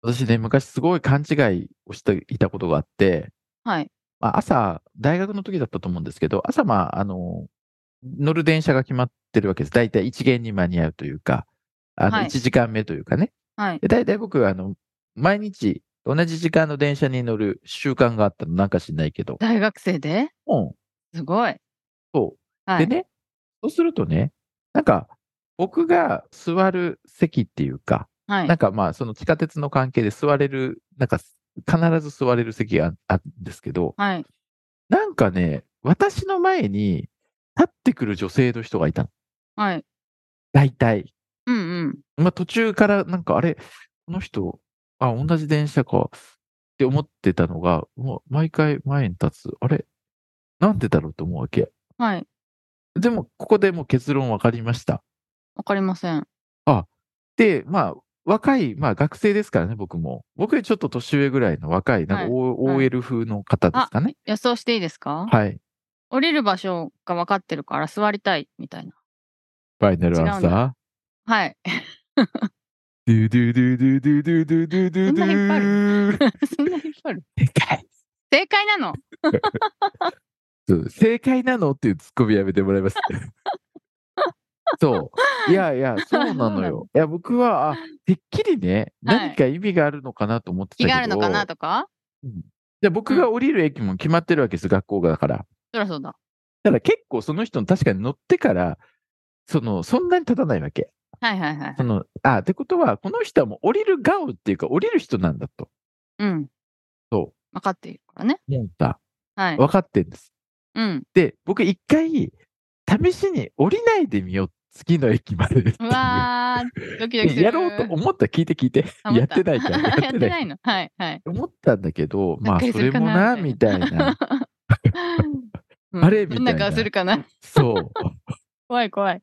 私ね、昔すごい勘違いをしていたことがあって、はいまあ、朝、大学の時だったと思うんですけど、朝、まあ、あの、乗る電車が決まってるわけです。大体一限に間に合うというか、あのはい1時間目というかね。はいで大体僕、あの、毎日同じ時間の電車に乗る習慣があったの、なんか知んないけど。大学生でうん。すごいそう。はでね、そうするとね、なんか、僕が座る席っていうか、はなんかまあ、その地下鉄の関係で座れる、なんか必ず座れる席がああるんですけど、はいなんかね、私の前に立ってくる女性の人がいたの。はい大体。うんうんまあ途中からなんかあれ、この人、あ、同じ電車かって思ってたのが、もう毎回前に立つ。あれなんでだろうと思うわけ。はいでも、ここでもう結論分かりました。わかりませんで、まあ、若い、まあ学生ですからね、僕も。僕よりちょっと年上ぐらいの若い、なんか O- はい OL 風の方ですかね。予想していいですかはい。降りる場所が分かってるから座りたいみたいなファイナルアン違うんサーだ。 はいドゥドゥドゥドゥドゥドゥドゥドそゥんドな引っ張ゥドゥ。そんな引っ張る正解。正解なの そう正解なのっていうツッコミやめてもらえます。 そう。いやいや、そうなの よ。いや、僕は、あ、てっきりね、はい何か意味があるのかなと思ってたけ気ど。があるのかなとかで、僕が降りる駅も決まってるわけです、学校がだから。そりゃそうだただ結構その人の確かに乗ってから、その、そんなに立たないわけ。はいはいはいその、あ、ってことは、この人はもう降りる顔っていうか、降りる人なんだと。うんそ分かっているからねう。思った。はい分かってんです。うんで、僕一回、試しに降りないでみよう。次の駅までっていうう。わードキドキするやろうと思った。聞いて聞いて。あ 思やっったてな いから。。やってないいのはいはい思ったんだけど、 まがあ、っかりそするれかもなな、みたいな。うんあれみたいどんなな顔するか なそう。っ怖い怖い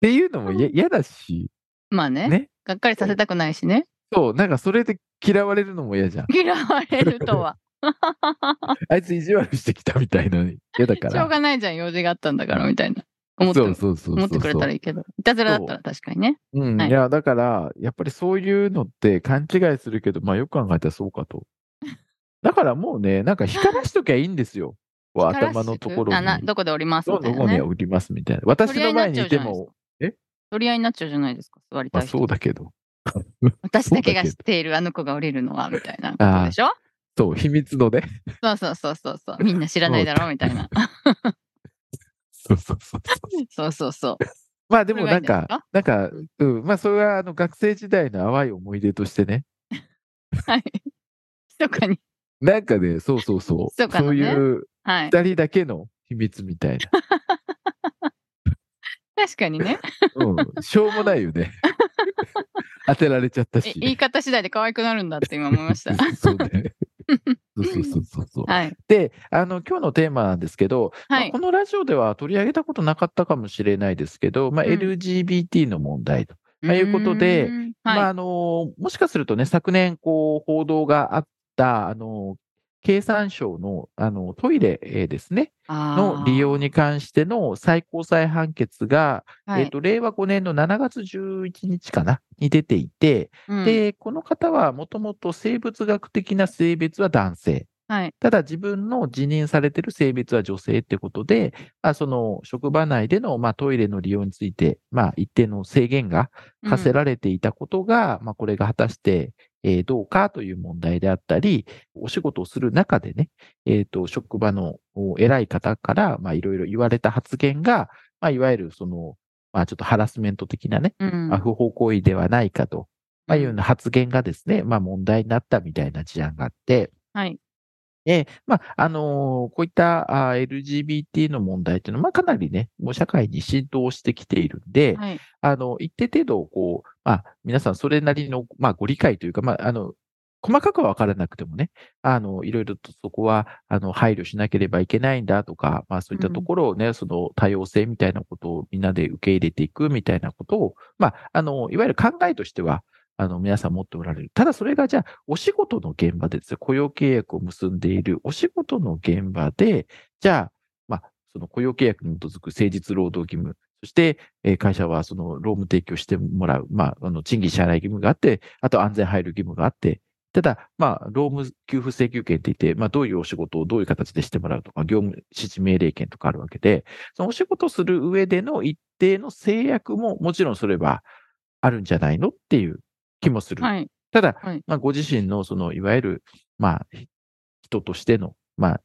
ていうのもや嫌だし、まあねね。がっかりさせたくないしね そう、なんかそれで嫌われるのも嫌じゃん。嫌われるとはあいつ意地悪してきたみたいなの嫌だ から。しょうがないじゃん用事があったんだからみたいな思ってそうそうそうそう。思ってくれたらいいけどいたずらだったら確かにねうん、はいい、や、だから、やっぱりそういうのって勘違いするけど、まあよく考えたらそうか と。だからもうね、なんか光らしときゃいいんですよ。こうから頭のところあなに。どこで降りますどみたのいな方にねは売りますみたいな。私の前にいても、取り合いになっちゃうじゃないですか座りまたあい人そうだけど。私だけがそうだけ知どっているあの子が降りるのはみたいなことでしょそう、秘密のね。 そうそうそうそうそうみんな知らないだろうみたいなそうそうそうそう。そうそうそうまあでもなんそれがいいんかですか、なんか、うん、まあそれはあの学生時代の淡い思い出としてね。はい密かになんかね、そうそ うそう。密かなねそういうはい二人だけの秘密みたいな。確かにねうん、しょうもないよね。 当てられちゃったえし。言い方次第で可愛くなるんだって今思いましたそう ね。そうそうそうそうそう。はいで、あの、今日のテーマなんですけはど、まあいこのラジオでは取り上げたことなかったかもしれないですけど、まあ、うん LGBT の問題と。まあいうことでうーんまあ、はいあのもしかするとね、昨年、こう、報道があった、あの経産省の、あの、トイレえーですね、の利用に関しての最高裁判決が、あーはいえっと、令和5年の7月11日かな、に出ていて、うんで、この方はもともと生物学的な性別は男性。はいただ自分の自認されてる性別は女性ってことで、まあ、その職場内での、まあ、トイレの利用について、まあ、一定の制限が課せられていたことが、まあ、これが果たして、えーどうかという問題であったり、お仕事をする中でね、えっ、と、職場のお偉い方から、まあ、いろいろ言われた発言が、まあ、いわゆるその、まあ、ちょっとハラスメント的なね、うんうんまあ不法行為ではないかと、まあ、いうような発言がですね、まあ、問題になったみたいな事案があって、はいえまああのーこういったあー LGBT の問題というのは、まあ、かなりね、もう社会に浸透してきているんで、はいあの一定程度こう、まあ、皆さんそれなりの、まあ、ご理解というか、まああの細かくは分からなくてもね、あの、いろいろとそこは、あの、配慮しなければいけないんだとか、まあそういったところをね、その多様性みたいなことをみんなで受け入れていくみたいなことを、まあ、あの、いわゆる考えとしては、あの、皆さん持っておられる。ただそれがじゃあ、お仕事の現場でですね、雇用契約を結んでいるお仕事の現場で、じゃあ、まあ、その雇用契約に基づく誠実労働義務、そして、えー会社はその労務提供してもらう、まあ、あの賃金支払い義務があって、あと安全配慮義務があって、ただ、まあ、労務給付請求権って言って、まあ、どういうお仕事をどういう形でしてもらうとか、業務指示命令権とかあるわけで、そのお仕事をする上での一定の制約ももちろんそれはあるんじゃないのっていう気もする。はい。ただ、はいまあ、ご自身の、その、いわゆる、まあ、人としての、まあ、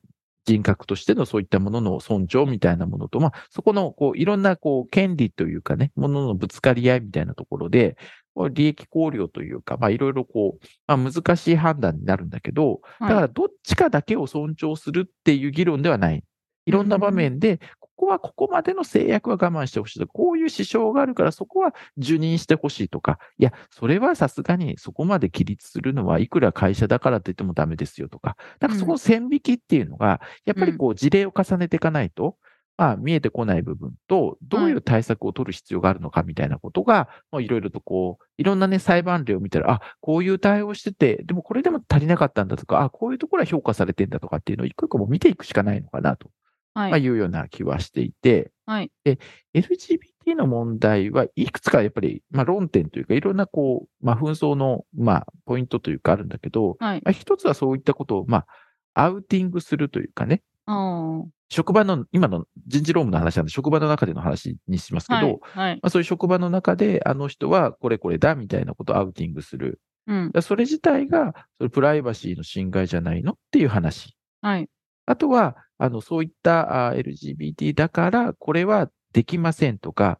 人格としてのそういったものの尊重みたいなものと、まあ、そこの、こう、いろんな、こう、権利というかね、もののぶつかり合いみたいなところで、こう利益考慮というか、まあ、いろいろこう、まあ、難しい判断になるんだけど、だかはら、どっちかだけを尊重するっていう議論ではない。いろんな場面で、ここはここまでの制約は我慢してほしいとこういう支障があるから、そこは受任してほしいとか、いや、それはさすがにそこまで規律するのはいくら会社だからといってもダメですよとか、なんかそこの線引きっていうのが、やっぱりこう事例を重ねていかないと、まあ見えてこない部分と、どういう対策を取る必要があるのかみたいなことが、もういろいろとこう、いろんなね、裁判例を見たら、あ、こういう対応してて、でもこれでも足りなかったんだとか、あ、こういうところは評価されてんだとかっていうのを一個一個もう見ていくしかないのかなと、はまあ、い。いうような気はしていて、はい。 LGBT の問題はいくつかやっぱり、まあ、論点というか、いろんなこう、まあ、紛争の、まあ、ポイントというかあるんだけど、はい。まあ、一つはそういったことを、まあ、アウティングするというかね、ああ。は職場の、今の人事労務の話なんで、職場の中での話にしますけど、い。はい。まあ、そういう職場の中で、あの人はこれこれだみたいなことをアウティングする。うんだ。からそれ自体が、それプライバシーの侵害じゃないのっていう話。はい。あとは、あの、そういったあ LGBT だから、これはできませんとか、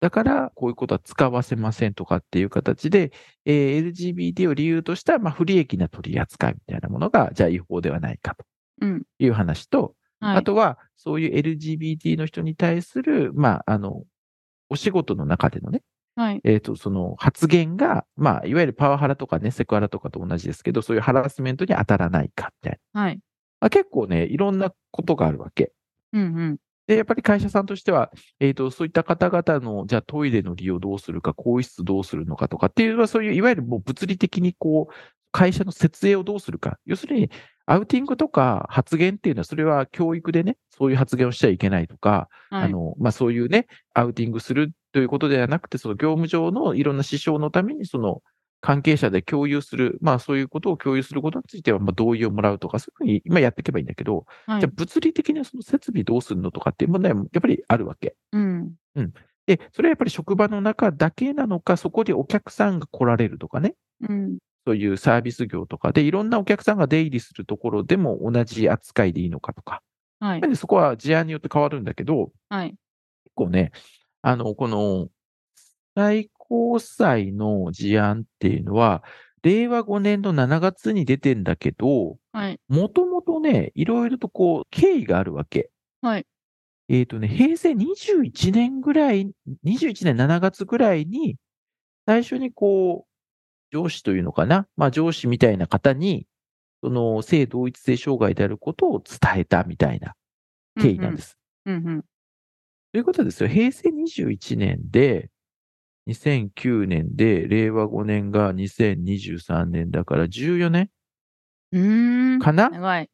だから、こういうことは使わせませんとかっていう形で、えー LGBT を理由とした、まあ、不利益な取り扱いみたいなものが、じゃあ違法ではないかとうん。いう話と、はあい。とは、そういう LGBT の人に対する、まあ、あの、お仕事の中でのね、はい。えっ、と、その発言が、まあ、いわゆるパワハラとかね、セクハラとかと同じですけど、そういうハラスメントに当たらないかみたいな。はい。まあ、結構ね、いろんなことがあるわけ。うんうん。で、やっぱり会社さんとしては、えっ、と、そういった方々の、じゃあトイレの利用どうするか、更衣室どうするのかとかっていうのは、そういう、いわゆるもう物理的にこう、会社の設営をどうするか。要するに、アウティングとか発言っていうのは、それは教育でね、そういう発言をしちゃいけないとか、はあい。の、まあ、そういうね、アウティングするということではなくて、その業務上のいろんな支障のために、その、関係者で共有する、まあそういうことを共有することについては、まあ同意をもらうとか、そういうふうに今やっていけばいいんだけど、はじゃいあ。物理的にその設備どうするのとかっていう問題もやっぱりあるわけ。うん。で、それはやっぱり職場の中だけなのか、そこにお客さんが来られるとかね、うん。そういうサービス業とかで、いろんなお客さんが出入りするところでも同じ扱いでいいのかとか、はやっいぱ。りそこは事案によって変わるんだけど、はい。結構ね、あの、この最高裁の事案っていうのは、令和5年の7月に出てんだけど、はい。もともとね、いろいろとこう、経緯があるわけ。はい。えっ、とね、平成21年ぐらい、21年7月ぐらいに、最初にこう、上司というのかな、まあ上司みたいな方に、その性同一性障害であることを伝えたみたいな経緯なんです。うんうん。ということはですよ、平成21年で、2009年で、令和5年が2023年だから14年うーん。かな、長い。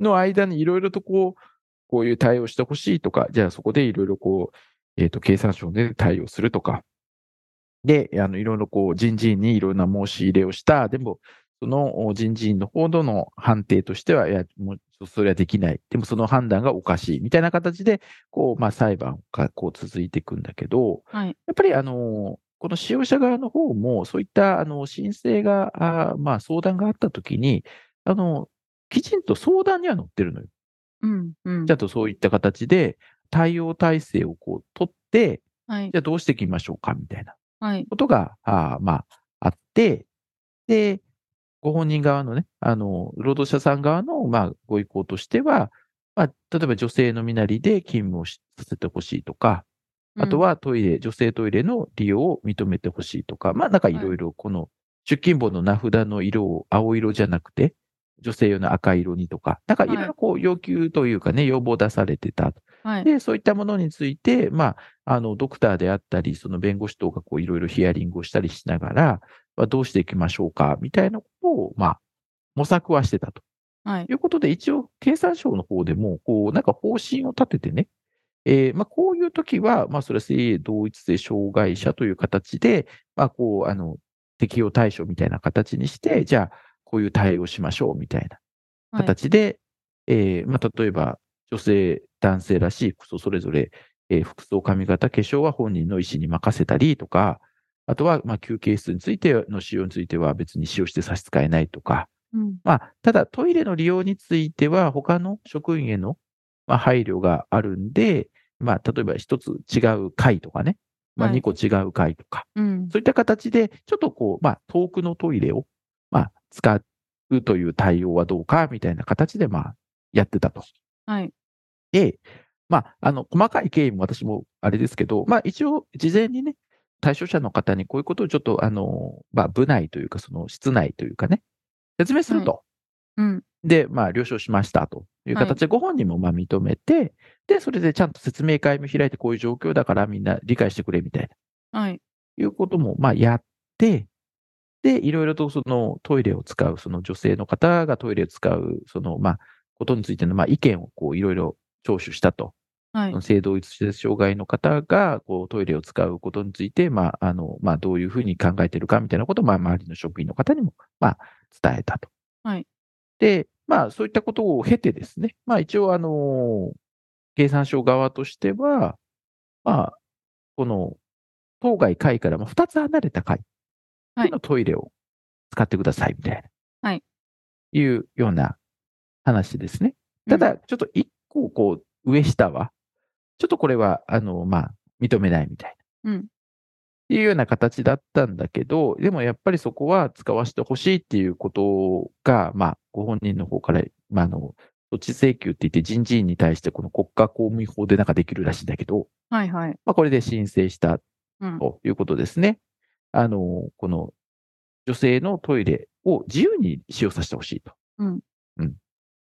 の間にいろいろとこう、こういう対応してほしいとか、じゃあそこでいろいろこう、えっ、と、経産省で対応するとか、で、あの、いろいろこう、人事院にいろんな申し入れをした、でも、そのお人事院の方との判定としては、いや、もう、それはできない。でも、その判断がおかしい。みたいな形で、こう、まあ、裁判がこう続いていくんだけど、はい。やっぱりあの、この使用者側の方も、そういったあの申請が、あーまあ、相談があったときに、あの、きちんと相談には載ってるのよ。うんうんちゃ。んとそういった形で、対応体制をこう取って、はいじ。ゃあどうしていきましょうか、みたいなはい。ことが、あーまあ、あって、で、ご本人側のね、あの、労働者さん側の、まあ、ご意向としては、まあ、例えば女性の身なりで勤務をしさせてほしいとか、あとはトイレ、女性トイレの利用を認めてほしいとか、まあなんかいろいろこの出勤簿の名札の色を青色じゃなくて、女性用の赤色にとか、なんかいはいろいろこう要求というかね、要望を出されてた。はい。で、そういったものについて、まあ、あの、ドクターであったり、その弁護士等がこういろいろヒアリングをしたりしながら、まあ、どうしていきましょうか、みたいなことを、まあ、模索はしてたと。はい。ということで、一応、経産省の方でも、こう、なんか方針を立ててね、えーまあ、こういう時は、まあ、それは性同一性障害者という形で、まあ、こう、あの、適用対象みたいな形にして、じゃあ、こういう対応しましょうみたいなはい。形で、えーまあ、例えば、女性、男性らしい服装、それぞれ、えー服装、髪型、化粧は本人の意思に任せたりとか、あとは、まあ、休憩室についての使用については別に使用して差し支えないとか、うん。まあ、ただトイレの利用については、他の職員への、まあ、配慮があるんで、まあ、例えば一つ違う階とかね、まあ、はい二個違う階とか、うん。そういった形で、ちょっとこう、まあ、遠くのトイレを、まあ、使うという対応はどうか、みたいな形で、まあ、やってたと。はい。で、まあ、あの、細かい経緯も私もあれですけど、まあ、一応、事前にね、対象者の方にこういうことをちょっと、あの、まあ、部内というか、その室内というかね、説明すると。うん。で、まあ、了承しましたという形で、ご本人もまあ認めて、で、それでちゃんと説明会も開いて、こういう状況だからみんな理解してくれみたいな、はい。いうこともまあやって、で、いろいろとそのトイレを使う、その女性の方がトイレを使う、そのまあ、ことについてのまあ意見をこういろいろ聴取したと。はい。性同一性障害の方がこうトイレを使うことについて、まあ、あの、まあ、どういうふうに考えてるかみたいなことを、まあ、周りの職員の方にも、まあ、伝えたと。はいで、まあ、そういったことを経てですね、まあ、一応、あの、経産省側としては、まあ、この、当該階からも2つ離れた階はいのトイレを使ってください、みたいな。はい。いうような話ですね。ただ、ちょっと一個、こう、上下は、ちょっとこれは、あの、まあ、認めないみたいな。うんっていうような形だったんだけど、でもやっぱりそこは使わせてほしいっていうことが、まあ、ご本人の方から、まあ、あの、措置請求って言って人事院に対してこの国家公務員法でなんかできるらしいんだけど、うん。はい。はい。まあ、これで申請したうん。ということですね。あの、この女性のトイレを自由に使用させてほしいと。うん。うん。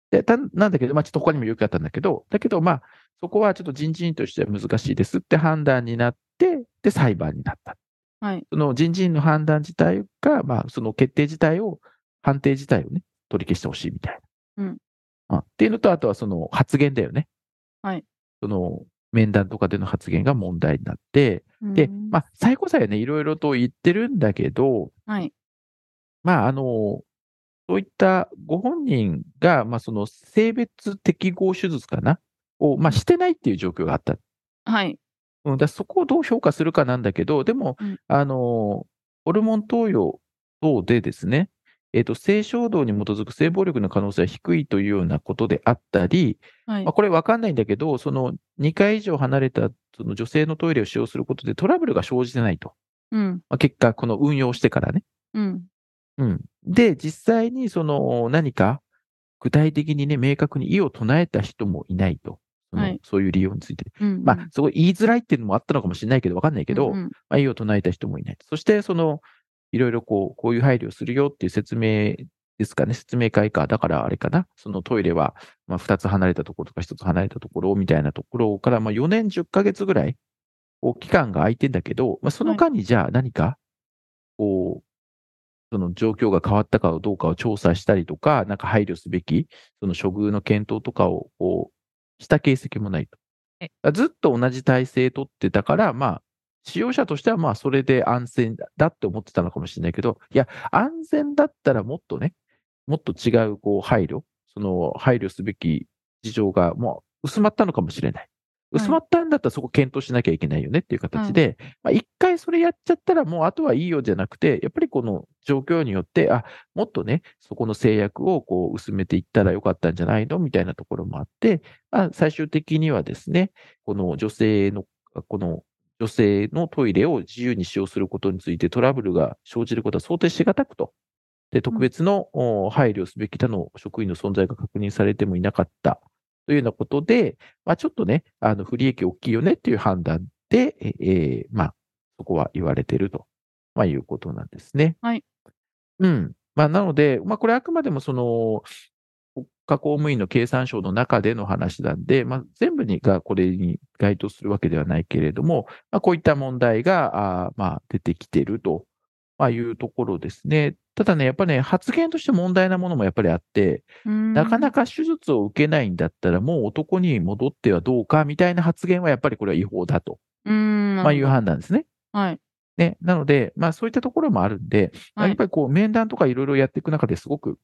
で、たなんだけど、まあちょっと他にもよくあったんだけど、だけどまあ、そこはちょっと人事院としては難しいですって判断になって、で、裁判になった。はい。その人事院の判断自体が、まあ、その決定自体を、判定自体をね、取り消してほしいみたいな。うんあ。っていうのと、あとはその発言だよね。はい。その面談とかでの発言が問題になって、で、うんまあ、最高裁はね、いろいろと言ってるんだけど、はい。まあ、あの、そういったご本人が、まあ、その性別適合手術かなを、まあ、してないっていう状況があった。はい。うん、だからそこをどう評価するかなんだけど、でも、うんあの、ホルモン投与等でですね、えっ、と、性衝動に基づく性暴力の可能性は低いというようなことであったり、はいまあ、。これわかんないんだけど、その2回以上離れたその女性のトイレを使用することでトラブルが生じてないと。うん。まあ、結果、この運用してからね。うん。うん。で、実際にその何か具体的にね、明確に意を唱えた人もいないと。そのはいそういう理由について。うん。まあ、すごい言いづらいっていうのもあったのかもしれないけど、わかんないけど、うんうんまあ、意を唱えた人もいない。そして、その、いろいろこう、こういう配慮をするよっていう説明ですかね、説明会か。だから、あれかな、そのトイレは、まあ、2つ離れたところとか1つ離れたところみたいなところから、まあ、4年10ヶ月ぐらい、こう、期間が空いてんだけど、まあ、その間に、じゃあ何か、こう、その状況が変わったかどうかを調査したりとか、なんか配慮すべき、その処遇の検討とかを、こう、した形跡もないとえ。ずっと同じ体制取ってたから、まあ、使用者としてはまあそれで安全だだって思ってたのかもしれないけど、いや、安全だったらもっとね、もっと違うこう配慮、その配慮すべき事情がもう薄まったのかもしれない。はい薄まったんだったらそこ検討しなきゃいけないよねっていう形で、まあ一回それやっちゃったらもうあとはいいよじゃなくて、やっぱりこの状況によって、あ、もっとね、そこの制約をこう薄めていったらよかったんじゃないのみたいなところもあって、まあ、最終的にはですね、この女性の、この女性のトイレを自由に使用することについてトラブルが生じることは想定しがたくと。で、特別の、お配慮すべき他の職員の存在が確認されてもいなかったというようなことで、まあ、ちょっとね、あの不利益大きいよねっていう判断で、ええーまあ、そこは言われてると、まあ、いうことなんですね。はいうん。まあ、なので、まあ、これあくまでもその、国家公務員の経産省の中での話なんで、まあ、全部にがこれに該当するわけではないけれども、まあ、こういった問題が、あーまあ、出てきてると、まあ、いうところですね。ただね、やっぱね、発言として問題なものもやっぱりあって、なかなか。か手術を受けないんだったら、もう男に戻ってはどうかみたいな発言はやっぱりこれは違法だと、うん。まあ、いうなる判断ですね。ほどはい。ね、なので、まあそういったところもあるんで、はいやっぱりこう面談とかいろいろやっていく中ですごく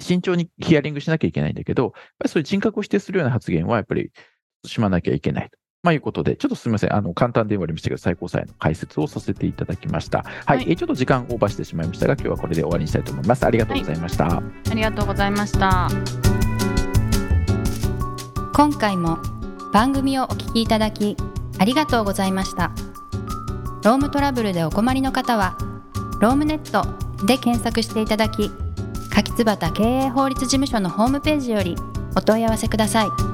慎重にヒアリングしなきゃいけないんだけど、やっぱりそういう人格を否定するような発言はやっぱりしまなきゃいけないと。まあいうことで、ちょっとすみません。あの、簡単で終わりましたけど、最高裁の解説をさせていただきました。はい。はいえちょっと時間オーバーしてしまいましたが、今日はこれで終わりにしたいと思います。ありがとうございました。ありがとうございました。今回も番組をお聞きいただきありがとうございましたロームトラブルでお困りの方は「ロームネット」で検索していただき柿椿経営法律事務所のホームページよりお問い合わせください